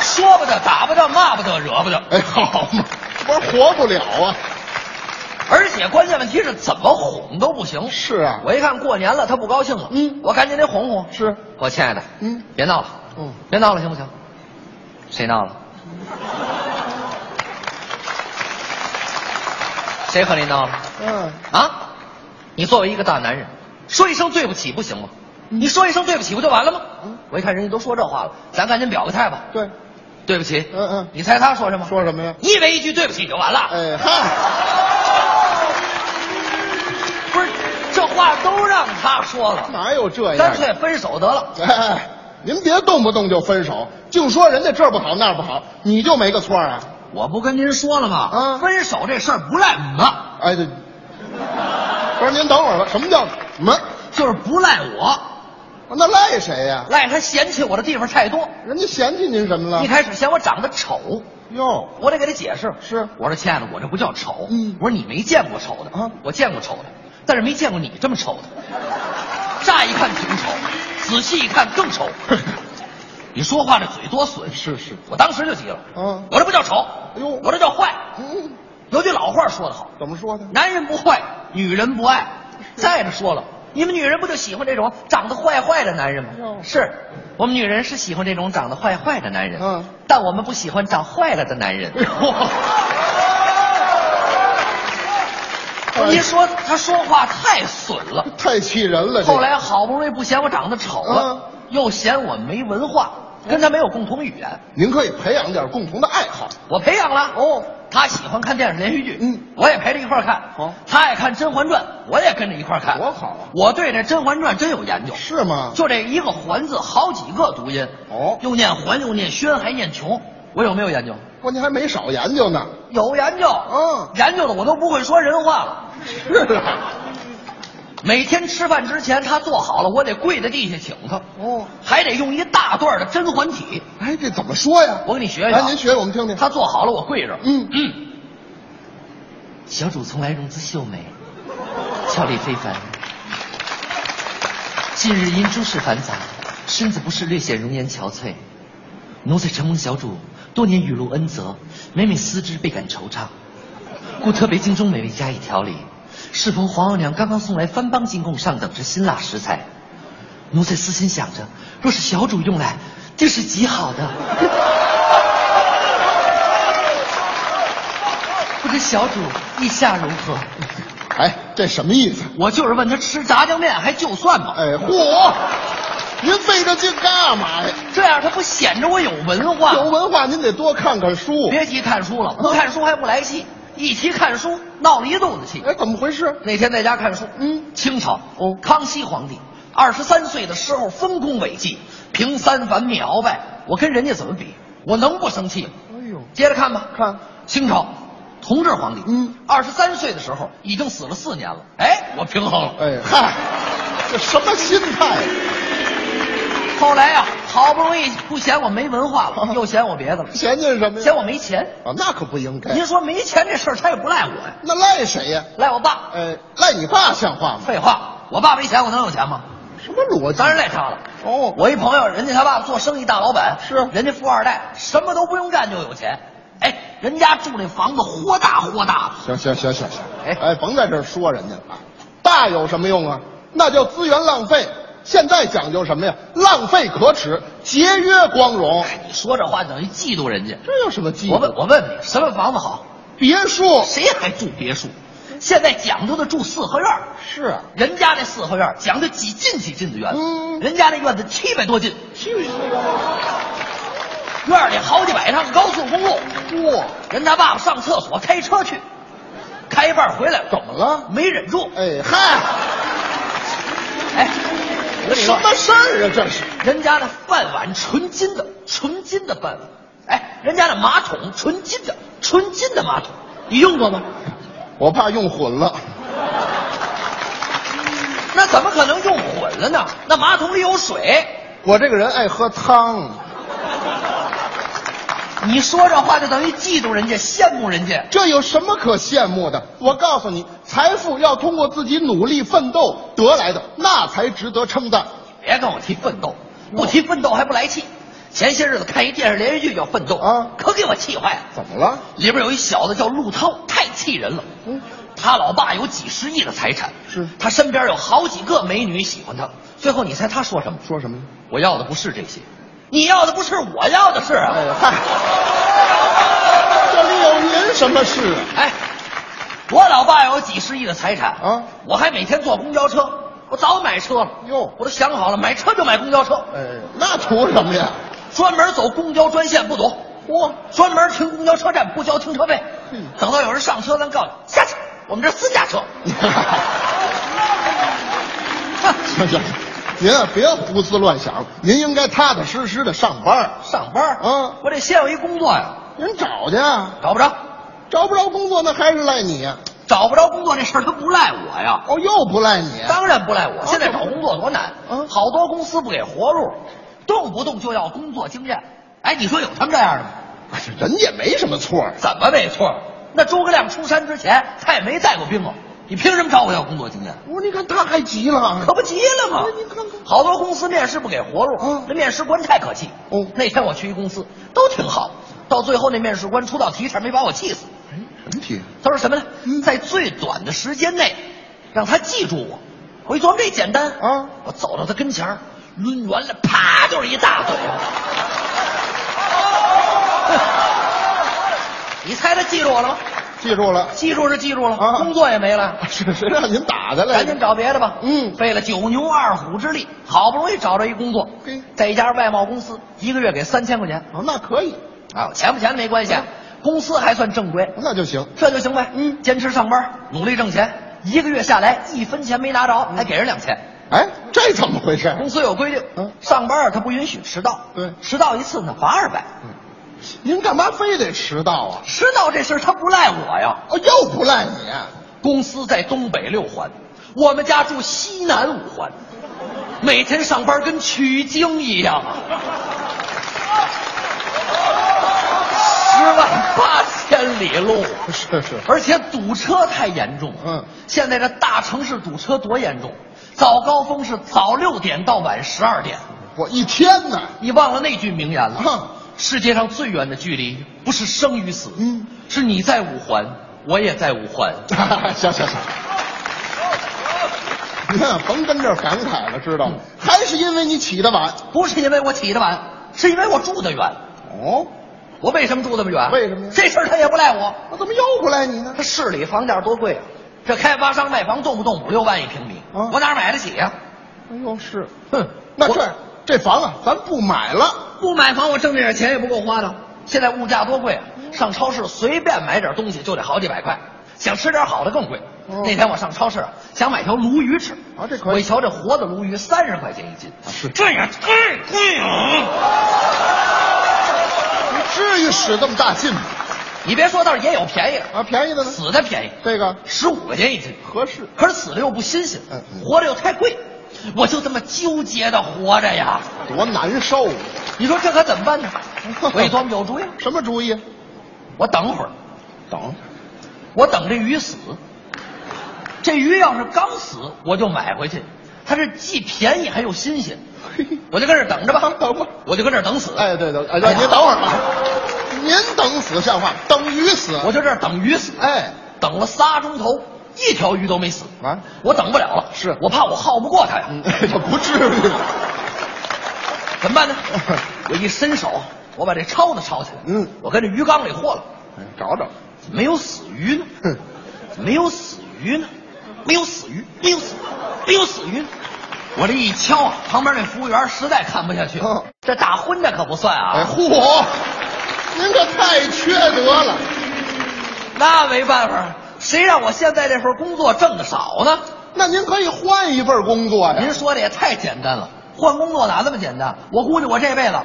Speaker 10: 说不得，打不得，骂不得，惹不得。
Speaker 9: 哎，好嘛，不是活不了啊！
Speaker 10: 而且关键问题是怎么哄都不行。
Speaker 9: 是啊
Speaker 10: 我一看过年了，他不高兴了，
Speaker 9: 嗯
Speaker 10: 我赶紧得哄哄。
Speaker 9: 是，
Speaker 10: 我亲爱的，
Speaker 9: 嗯，
Speaker 10: 别闹了，
Speaker 9: 嗯，
Speaker 10: 别闹了，行不行？谁闹了？谁和你闹了？
Speaker 9: 嗯，
Speaker 10: 啊？你作为一个大男人，说一声对不起不行吗？
Speaker 9: 嗯
Speaker 10: 你说一声对不起不就完了吗？我一看人家都说这话了，咱赶紧表个态吧。
Speaker 9: 对，
Speaker 10: 对不起，
Speaker 9: 嗯嗯
Speaker 10: 你猜他说什么？
Speaker 9: 说什么呀？
Speaker 10: 你以为一句对不起就完了？ <laughs>
Speaker 9: 哎嗨，
Speaker 10: 不是，这话都让他说了，
Speaker 9: 哪有这样？
Speaker 10: 干脆分手得了。
Speaker 9: 哎，您别动不动就分手，净说人家这儿不好那儿不好，你就没个错啊？
Speaker 10: 我不跟您说了吗？
Speaker 9: 嗯
Speaker 10: 分手这事儿不赖我，
Speaker 9: 哎，这不是您等会儿吧？什么叫门？
Speaker 10: 就是不赖我，
Speaker 9: 那赖谁呀、
Speaker 10: 赖他嫌弃我的地方太多。
Speaker 9: 人家嫌弃您什么了
Speaker 10: 一？开始嫌我长得丑，
Speaker 9: 哟，
Speaker 10: 我得给他解释。
Speaker 9: 是
Speaker 10: 我说亲爱的，我这不叫丑，
Speaker 9: 嗯
Speaker 10: 我说你没见过丑的
Speaker 9: 啊
Speaker 10: 我见过丑的，但是没见过你这么丑的。乍一看挺丑，仔细一看
Speaker 9: <laughs>
Speaker 10: 更丑。你说话这嘴多损，
Speaker 9: 是是，
Speaker 10: 我当时就急了，
Speaker 9: 嗯
Speaker 10: 我这不叫丑，
Speaker 9: 哎呦
Speaker 10: 我这叫坏。
Speaker 9: 嗯，
Speaker 10: 有句老话说得好，
Speaker 9: 怎么说的？
Speaker 10: 男人不坏，女人不爱。再者说了，你们女人不就喜欢这种长得坏坏的男人吗？
Speaker 9: 哟
Speaker 10: 是我们女人是喜欢这种长得坏坏的男人，
Speaker 9: 嗯，
Speaker 10: 但我们不喜欢长坏了的
Speaker 9: <laughs>
Speaker 10: 男人。您说他说话太损了。
Speaker 9: 太气人了！这个
Speaker 10: 后来好不容易不嫌我长得丑
Speaker 9: 嗯
Speaker 10: 了，又嫌我没文化，跟他没有共同语言。
Speaker 9: 您可以培养点共同的爱好。
Speaker 10: 我培养了哦，他喜欢看电视连续剧，
Speaker 9: 嗯
Speaker 10: 我也陪着一块儿看。
Speaker 9: 好
Speaker 10: 他爱看《甄嬛传》，我也跟着一块儿看。
Speaker 9: 多好啊
Speaker 10: 我对这《甄嬛传》真有研究，
Speaker 9: 是吗
Speaker 10: 就这一个“嬛”字，好几个读音。
Speaker 9: 哦
Speaker 10: 又念嬛，又念轩，还念琼，我有没有研究？
Speaker 9: 关键还没少研究呢。
Speaker 10: 有研究。
Speaker 9: 嗯
Speaker 10: 研究的我都不会说人话了。
Speaker 9: 是啊，
Speaker 10: 每天吃饭之前，他做好了，我得跪在地下请他。
Speaker 9: 哦，
Speaker 10: 还得用一大段的甄嬛体。
Speaker 9: <laughs> 哎，这怎么说呀？
Speaker 10: 我给你学学啊
Speaker 9: 来，哎您学我们听听。
Speaker 10: 他做好了，我跪着。
Speaker 9: 嗯
Speaker 10: 嗯。小主从来容姿秀美，俏丽非凡。近日因诸事繁杂，身子不适，略显容颜憔悴。奴才承蒙小主多年雨露恩泽，每每思之倍感惆怅，故特别京中美味加以调理。适逢皇后娘刚刚送来番邦进贡，上等之辛辣食材，奴才私心想着，若是小主用来，定是极好的。不知小主意下如何？
Speaker 9: 哎，这什么意思？
Speaker 10: 我就是问他吃炸酱面还就算吗？
Speaker 9: 哎，嚯！您费这劲干嘛呀？
Speaker 10: 这样他不显着我有文化？
Speaker 9: 有文化您嗯得多看看书。
Speaker 10: 别提看书了，不看书还不来气，一提看书闹了一肚子气。
Speaker 9: 哎，怎么回事？
Speaker 10: 那天在家看书，
Speaker 9: 嗯
Speaker 10: 清朝
Speaker 9: 哦
Speaker 10: 康熙皇帝二十三岁的时候丰功伟绩，平三反灭鳌拜，我跟人家怎么比？我能不生气吗？
Speaker 9: 哎呦，
Speaker 10: 接着看吧，
Speaker 9: 看
Speaker 10: 清朝同治皇帝，
Speaker 9: 嗯，
Speaker 10: 二十三岁的时候已经死了四年了，哎，我平衡了。
Speaker 9: 哎嗨，这什么心态呀？
Speaker 10: 后来啊，好不容易不嫌我没文
Speaker 9: <laughs>
Speaker 10: 化了，又嫌我别的了，
Speaker 9: 嫌你什么呀？
Speaker 10: 嫌我没钱。
Speaker 9: 啊，那可不应该。
Speaker 10: 您说没钱这事儿，他也不赖我呀，
Speaker 9: 那赖谁呀？
Speaker 10: 赖我爸。
Speaker 9: 呃，赖你爸像话吗？
Speaker 10: 废话，我爸没钱，我能有钱吗？
Speaker 9: 嗯什么逻辑？
Speaker 10: 当然赖他了。
Speaker 9: 哦，
Speaker 10: 我一朋友，人家他爸做生意大老板，
Speaker 9: 是
Speaker 10: 人家富二代，什么都不用干就有钱。哎，人家住那房子豁大豁大
Speaker 9: 行
Speaker 10: 的，
Speaker 9: 行行行行，哎哎，甭在这儿说人家了啊，大有什么用啊？那叫资源浪费。现在讲究什么呀？浪费可耻，节约光荣。
Speaker 10: 你说这话等于嫉妒人家。
Speaker 9: 这有什么忌
Speaker 10: 我问我问你，什么房子好？
Speaker 9: 别墅
Speaker 10: 谁还住别墅？现在讲究的住四合院儿
Speaker 9: 是啊
Speaker 10: 人家那四合院儿讲究几进几进的院子，
Speaker 9: 嗯
Speaker 10: 人家那院子七百多进，
Speaker 9: 去
Speaker 10: 院儿里好几百趟高速公路。
Speaker 9: 哇，
Speaker 10: 人他爸爸上厕所开车去，开一半儿回来
Speaker 9: 怎么了？
Speaker 10: 没忍住，
Speaker 9: 哎嗨，
Speaker 10: 哎，我跟你
Speaker 9: 什
Speaker 10: 说，
Speaker 9: 么事儿啊？这是
Speaker 10: 哎人家的饭碗纯金的，纯金的饭碗。哎，人家的马桶纯金的，纯金的马桶，你用过吗？
Speaker 9: 我怕用混了。
Speaker 10: 那怎么可能用混了呢？那马桶里有水，
Speaker 9: 我这个人爱喝汤，
Speaker 10: 你说这话就等于嫉妒人家，羡慕人家。
Speaker 9: 这有什么可羡慕的？我告诉你，财富要通过自己努力奋斗得来的，那才值得称赞。
Speaker 10: 别跟我提奋斗，不提奋斗还不来气。前些日子看一电视连续剧叫《奋斗》
Speaker 9: 啊
Speaker 10: 可给我气坏了。
Speaker 9: 怎么了？
Speaker 10: 里边有一小子叫陆涛，太气人了。
Speaker 9: 嗯
Speaker 10: 他老爸有几十亿的财产，
Speaker 9: 是
Speaker 10: 他身边有好几个美女喜欢他。最后你猜他说什么？
Speaker 9: 说什么？
Speaker 10: 我要的不是这些，你要的不是，我要的是啊。
Speaker 9: 哎嗨，这里有您什么事啊？
Speaker 10: <laughs> 哎，我老爸有几十亿的财产
Speaker 9: 啊
Speaker 10: 我还每天坐公交车，我早买车了
Speaker 9: 哟
Speaker 10: 我都想好了，买车就买公交车，
Speaker 9: 哎，那图什么呀？
Speaker 10: 专门走公交专线不堵，
Speaker 9: 嚯、
Speaker 10: 专门停公交车站不交停车费，
Speaker 9: 嗯
Speaker 10: 等到有人上车，咱告诉你下去，我们这私家车。
Speaker 9: 行行，您啊 <laughs> 别胡思乱想，您应该踏踏实实的上班。
Speaker 10: <laughs> 上班
Speaker 9: 嗯
Speaker 10: 我得先有一工作呀、
Speaker 9: 您找去啊，
Speaker 10: 找不着，
Speaker 9: 找不着工作那还是赖你呀、
Speaker 10: 找不着工作这事儿他不赖我呀，
Speaker 9: 哦，又不赖你。
Speaker 10: 当哦然不赖我。
Speaker 9: 啊
Speaker 10: 现在找工作多难，
Speaker 9: 嗯
Speaker 10: 好多公司不给活路，动不动就要工作经验。哎，你说有他们这样的吗？
Speaker 9: 哎人家没什么错啊。
Speaker 10: 怎么没错？那诸葛亮出山之前，他也没带过兵啊，你凭什么找我要工作经验？
Speaker 9: 我说你看他还急了，
Speaker 10: 可不急了吗
Speaker 9: 哎你看看？
Speaker 10: 好多公司面试不给活路，
Speaker 9: 嗯
Speaker 10: 那面试官太可气。
Speaker 9: 哦
Speaker 10: 那天我去一公司，都挺好，到最后那面试官出道题差点没把我气死。
Speaker 9: 什么题？
Speaker 10: 他说什么呢？
Speaker 9: 嗯
Speaker 10: 在最短的时间内，让他记住我。我一琢磨这简单
Speaker 9: 啊
Speaker 10: 我走到他跟前儿抡圆了，啪就是一大
Speaker 9: <laughs>
Speaker 10: 嘴巴。你猜他记住我了吗？
Speaker 9: 记住了，
Speaker 10: 记住是记住了，
Speaker 9: 啊
Speaker 10: 工作也没了。
Speaker 9: 是谁让您打的来着？
Speaker 10: 赶紧找别的吧。
Speaker 9: 嗯
Speaker 10: 费了九牛二虎之力，好不容易找着一工作
Speaker 9: 嘿，
Speaker 10: 在一家外贸公司，一个月给三千块钱
Speaker 9: 哦，那可以，
Speaker 10: 啊，钱不钱没关系，公司还算正规，
Speaker 9: 那就行。
Speaker 10: 这就行呗。
Speaker 9: 嗯
Speaker 10: 坚持上班，努力挣钱，一个月下来一分钱没拿着，
Speaker 9: 嗯
Speaker 10: 还给人两千。
Speaker 9: 哎，这怎么回事？
Speaker 10: 公司有规定
Speaker 9: 嗯，
Speaker 10: 上班啊他不允许迟到，
Speaker 9: 对
Speaker 10: 迟到一次呢罚二百。
Speaker 9: 您干嘛非得迟到啊？ <laughs>
Speaker 10: 迟到这事儿他不赖我呀，
Speaker 9: 哦，又不赖你、啊
Speaker 10: 公司在东北六环，我们家住西南五环，每天上班跟取经一样啊。十万八千里路，
Speaker 9: 是是
Speaker 10: 而且堵车太严重。
Speaker 9: 嗯，
Speaker 10: 现在这大城市堵车多严重，早高峰是早六点到晚十二点。
Speaker 9: 我一天呢，
Speaker 10: 你忘了那句名言了？
Speaker 9: 哼
Speaker 10: 世界上最远的距离不是生与死，
Speaker 9: 嗯，
Speaker 10: 是你在五环，我也在五环。
Speaker 9: <laughs> 行行行，你看甭跟这儿感慨了，知道吗？还是因为你起得晚。
Speaker 10: 不是因为我起得晚，是因为我住得远。
Speaker 9: 哦，
Speaker 10: 我为什么住那么远？
Speaker 9: 为什么呀
Speaker 10: 这事儿他也不赖我。
Speaker 9: 那怎么又不赖你呢
Speaker 10: 这？市里房价多贵啊！这开发商卖房动不动五六万一平米，
Speaker 9: 啊
Speaker 10: 我哪儿买得起呀、
Speaker 9: 哎呦，是，
Speaker 10: 哼，
Speaker 9: 那
Speaker 10: 我
Speaker 9: 这这房啊，咱不买了。
Speaker 10: 不买房，我挣这点钱也不够花的。现在物价多贵啊！
Speaker 9: 嗯
Speaker 10: 上超市随便买点东西就得好几百块，想吃点好的更贵。
Speaker 9: 哦
Speaker 10: 那天我上超市啊想买条鲈鱼吃，
Speaker 9: 啊这可以啊
Speaker 10: 我一瞧这活的鲈鱼三十块钱一斤，
Speaker 9: 是
Speaker 10: 这也太贵了。
Speaker 9: 你至于使这么大劲吗？
Speaker 10: 你别说，倒是也有便宜的，
Speaker 9: 啊，便宜的呢？
Speaker 10: 死的便宜，
Speaker 9: 这个
Speaker 10: 十五块钱一斤，
Speaker 9: 合适。
Speaker 10: 可是死的又不新鲜
Speaker 9: 嗯，嗯
Speaker 10: 活的又太贵。我就这么纠结的活着呀，
Speaker 9: 多难受啊！
Speaker 10: 你说这可怎么
Speaker 9: <laughs>
Speaker 10: 办呢？伪装有主意，
Speaker 9: 什么主意？啊
Speaker 10: 我等会儿，
Speaker 9: <laughs> 等，
Speaker 10: 我等这鱼死。这鱼要是刚死，我就买回去，它是既便宜还又新鲜，我就跟这儿等着吧，
Speaker 9: 等吧，
Speaker 10: 我就跟这儿等死。
Speaker 9: 哎，对对，哎，您等会儿吧，您等死像话，等鱼死，
Speaker 10: 我就这儿等鱼死，
Speaker 9: 哎，
Speaker 10: 等了仨钟头，一条鱼都没死
Speaker 9: 啊！
Speaker 10: 我等不了了，
Speaker 9: 是
Speaker 10: 我怕我耗不过它呀，
Speaker 9: <laughs> 这不至于，
Speaker 10: <laughs> 怎么办呢？我一伸手，我把这抄子抄起来，
Speaker 9: 嗯，
Speaker 10: 我跟这鱼缸里和了，
Speaker 9: 找找，
Speaker 10: 没有死鱼呢，没有死鱼呢，没有死鱼，没有死，没有死鱼。我这一敲啊，旁边那服务员实在看不下去，这打昏的可不算
Speaker 9: 哦
Speaker 10: 啊！
Speaker 9: 哎，嚯，您这太缺德了。
Speaker 10: 那没办法，谁让我现在这份工作挣的少呢？
Speaker 9: 那您可以换一份工作呀。
Speaker 10: 啊您说的也太简单了，换工作哪那么简单？我估计我这辈子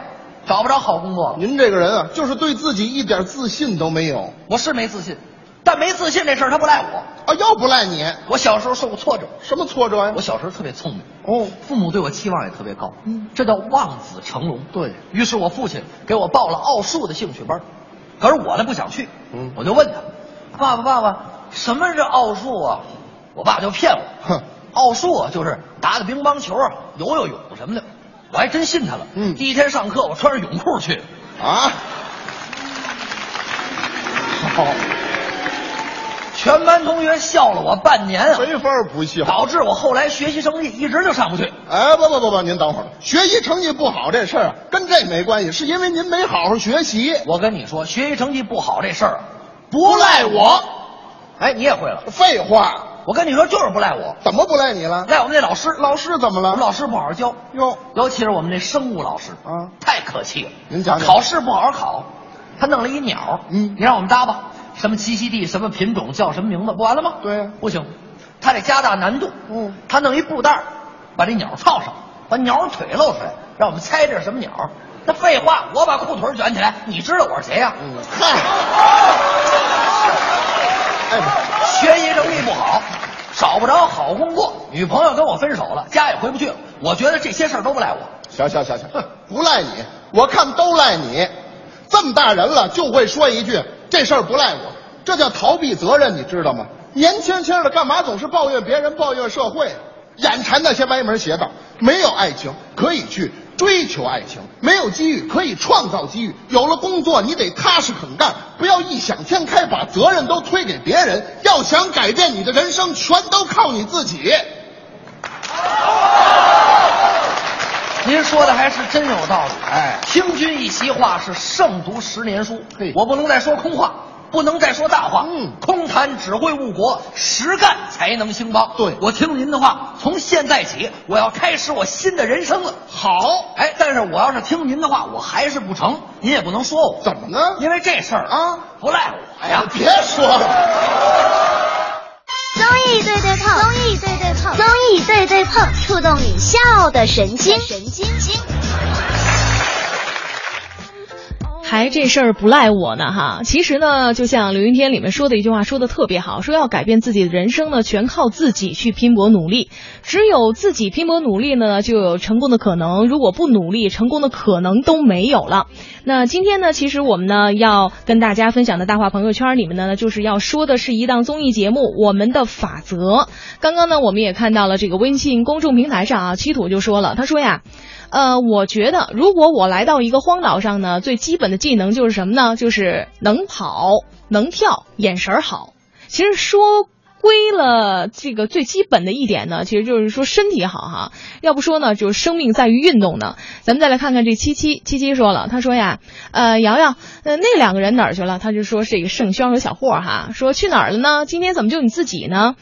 Speaker 10: 找不着好工作了。
Speaker 9: 您这个人啊，就是对自己一点自信都没有。
Speaker 10: 我是没自信，但没自信这事儿他不赖我，
Speaker 9: 啊，要不赖你。
Speaker 10: 我小时候受过挫折。
Speaker 9: 什么挫折呀、
Speaker 10: 我小时候特别聪明
Speaker 9: 哦，
Speaker 10: 父母对我期望也特别高，嗯，这叫望子成龙。
Speaker 9: 对
Speaker 10: 于是，我父亲给我报了奥数的兴趣班，可是我呢不想去，嗯，我就问他，爸爸爸爸，什么是奥数啊？我爸就骗我，
Speaker 9: 哼，
Speaker 10: 奥数啊就是打打乒乓球啊，游游泳什么的，我还真信他了。
Speaker 9: 嗯
Speaker 10: 第一天上课我穿着泳裤去，
Speaker 9: 啊，好，
Speaker 10: 全班同学笑了我半年啊，
Speaker 9: 没法不笑。
Speaker 10: 导致我后来学习成绩一直就上不去。
Speaker 9: 哎，不不不不，您等会儿，学习成绩不好这事儿啊跟这没关系，是因为您没好好学习。
Speaker 10: 我跟你说，学习成绩不好这事儿啊
Speaker 9: 不赖我。
Speaker 10: 哎，你也会了。
Speaker 9: 废话，
Speaker 10: 我跟你说，就是不赖我，
Speaker 9: 怎么不赖你了？
Speaker 10: 赖我们那老师。
Speaker 9: 老师怎么
Speaker 10: 我们
Speaker 9: 了？
Speaker 10: 老师不好好教，
Speaker 9: 哟，
Speaker 10: 尤其是我们那生物老师
Speaker 9: 啊
Speaker 10: 太可气了。
Speaker 9: 您讲讲
Speaker 10: 考试不好好考，他弄了一鸟，
Speaker 9: 嗯
Speaker 10: 你让我们搭吧，什么栖息地，什么品种，叫什么名字，不完了吗？
Speaker 9: 对呀
Speaker 10: 不行，他得加大难度。
Speaker 9: 嗯，
Speaker 10: 他弄一布袋儿，把这鸟套上，把鸟腿露出来，让我们猜这是什么鸟。那废话，我把裤腿卷起来，你知道我是谁呀、
Speaker 9: 嗯，嗨， <laughs> 哎，
Speaker 10: 学习成绩不好，找不着好工作，女朋友跟我分手了，家也回不去了。我觉得这些事儿都不赖我。
Speaker 9: 行行行行，哼不赖你，我看都赖你。这么大人了，就会说一句这事儿不赖我，这叫逃避责任，你知道吗？年轻轻的干嘛总是抱怨别人、抱怨社会，眼馋那些歪门邪道？没有爱情可以去追求爱情，没有机遇可以创造机遇。有了工作，你得踏实肯干，不要异想天开，把责任都推给别人。要想改变你的人生，全都靠你自己。
Speaker 10: 您说的还是真有道理。
Speaker 9: 哎
Speaker 10: 听君一席话是胜读十年书。
Speaker 9: 嘿
Speaker 10: 我不能再说空话，不能再说大话。
Speaker 9: 嗯
Speaker 10: 空谈只会误国，实干才能兴邦。
Speaker 9: 对
Speaker 10: 我听您的话，从现在起我要开始我新的人生了。
Speaker 9: 好，
Speaker 10: 哎，但是我要是听您的话，我还是不成，您也不能说我
Speaker 9: 怎么呢？
Speaker 10: 因为这事儿
Speaker 9: 啊
Speaker 10: 不赖我呀。
Speaker 9: 别说了。
Speaker 12: 综艺对对碰，综艺对对碰，综艺对对碰，触动你笑的神经，神经经。
Speaker 2: 还这事儿不赖我呢哈。其实呢，就像刘云天里面说的一句话说的特别好，说要改变自己的人生呢，全靠自己去拼搏努力。只有自己拼搏努力呢，就有成功的可能；如果不努力，成功的可能都没有了。那今天呢，其实我们呢要跟大家分享的大话朋友圈里面呢，就是要说的是一档综艺节目《我们的法则》。刚刚呢，我们也看到了这个微信公众平台上啊，七土就说了，他说呀。呃，我觉得如果我来到一个荒岛上呢，最基本的技能就是什么呢？就是能跑、能跳、眼神儿好。其实说归了这个最基本的一点呢，其实就是说身体好哈。要不说呢，就是生命在于运动呢。咱们再来看看这七七，七七说了，他说呀，呃，瑶瑶，呃，那两个人哪儿去了？他就说这个盛轩和小霍儿哈，说去哪儿了呢？今天怎么就你自己呢？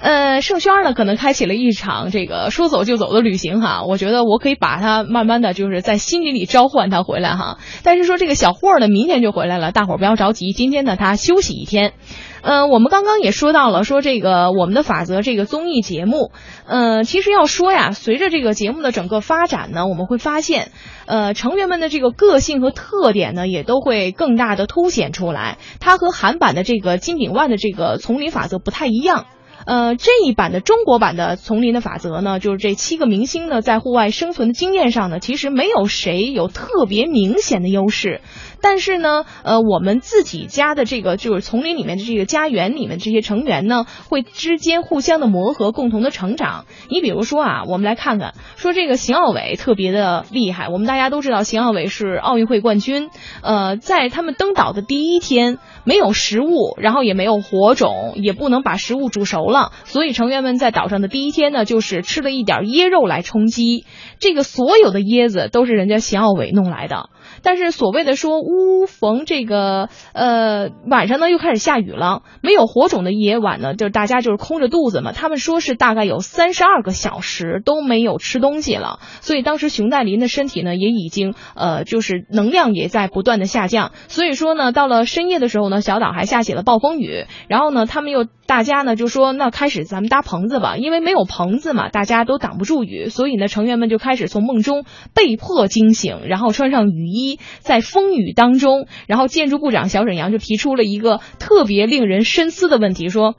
Speaker 2: 呃，盛轩呢，可能开启了一场这个说走就走的旅行哈。我觉得我可以把他慢慢的就是在心里里召唤他回来哈。但是说这个小霍呢，明天就回来了，大伙儿不要着急，今天呢他休息一天。呃，我们刚刚也说到了，说这个我们的法则这个综艺节目，呃，其实要说呀，随着这个节目的整个发展呢，我们会发现，呃，成员们的这个个性和特点呢，也都会更大的凸显出来。它和韩版的这个金炳万的这个丛林法则不太一样。呃，这一版的中国版的《丛林的法则》呢，就是这七个明星呢在户外生存的经验上呢，其实没有谁有特别明显的优势。但是呢，呃，我们自己家的这个就是丛林里面的这个家园里面这些成员呢，会之间互相的磨合，共同的成长。你比如说啊，我们来看看，说这个邢傲伟特别的厉害。我们大家都知道，邢傲伟是奥运会冠军。呃，在他们登岛的第一天，没有食物，然后也没有火种，也不能把食物煮熟了，所以成员们在岛上的第一天呢，就是吃了一点椰肉来充饥。这个所有的椰子都是人家邢傲伟弄来的。但是所谓的说屋逢这个呃晚上呢又开始下雨了，没有火种的夜晚呢，就是大家就是空着肚子嘛。他们说是大概有三十二个小时都没有吃东西了，所以当时熊黛林的身体呢也已经呃就是能量也在不断的下降。所以说呢，到了深夜的时候呢，小岛还下起了暴风雨。然后呢，他们又大家呢就说那开始咱们搭棚子吧，因为没有棚子嘛，大家都挡不住雨，所以呢成员们就开始从梦中被迫惊醒，然后穿上雨衣。在风雨当中，然后建筑部长小沈阳就提出了一个特别令人深思的问题，说：“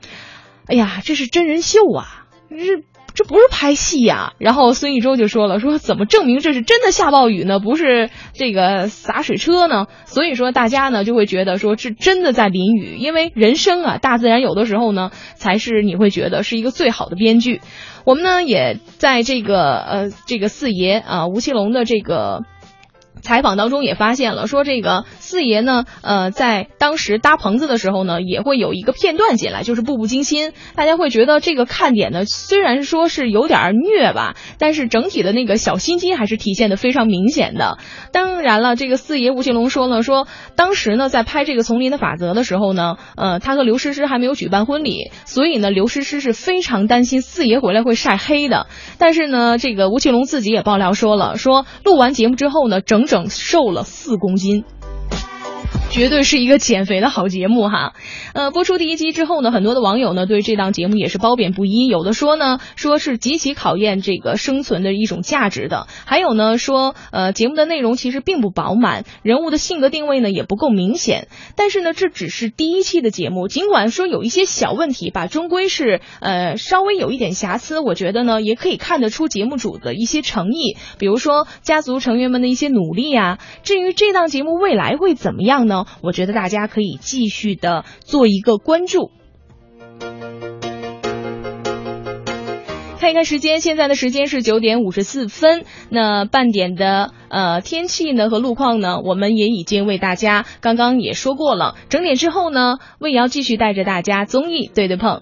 Speaker 2: 哎呀，这是真人秀啊，这这不是拍戏呀、啊。”然后孙艺洲就说了：“说怎么证明这是真的下暴雨呢？不是这个洒水车呢？”所以说大家呢就会觉得说是真的在淋雨，因为人生啊，大自然有的时候呢才是你会觉得是一个最好的编剧。我们呢也在这个呃这个四爷啊、呃、吴奇隆的这个。采访当中也发现了，说这个四爷呢，呃，在当时搭棚子的时候呢，也会有一个片段进来，就是《步步惊心》，大家会觉得这个看点呢，虽然说是有点虐吧，但是整体的那个小心机还是体现的非常明显的。当然了，这个四爷吴奇隆说呢，说当时呢在拍这个《丛林的法则》的时候呢，呃，他和刘诗诗还没有举办婚礼，所以呢，刘诗诗是非常担心四爷回来会晒黑的。但是呢，这个吴奇隆自己也爆料说了，说录完节目之后呢，整整瘦了四公斤。绝对是一个减肥的好节目哈，呃，播出第一集之后呢，很多的网友呢对这档节目也是褒贬不一，有的说呢说是极其考验这个生存的一种价值的，还有呢说呃节目的内容其实并不饱满，人物的性格定位呢也不够明显。但是呢这只是第一期的节目，尽管说有一些小问题吧，终归是呃稍微有一点瑕疵，我觉得呢也可以看得出节目组的一些诚意，比如说家族成员们的一些努力啊。至于这档节目未来会怎么样呢？我觉得大家可以继续的做一个关注。看一看时间，现在的时间是九点五十四分。那半点的呃天气呢和路况呢，我们也已经为大家刚刚也说过了。整点之后呢，魏瑶继续带着大家综艺对对碰。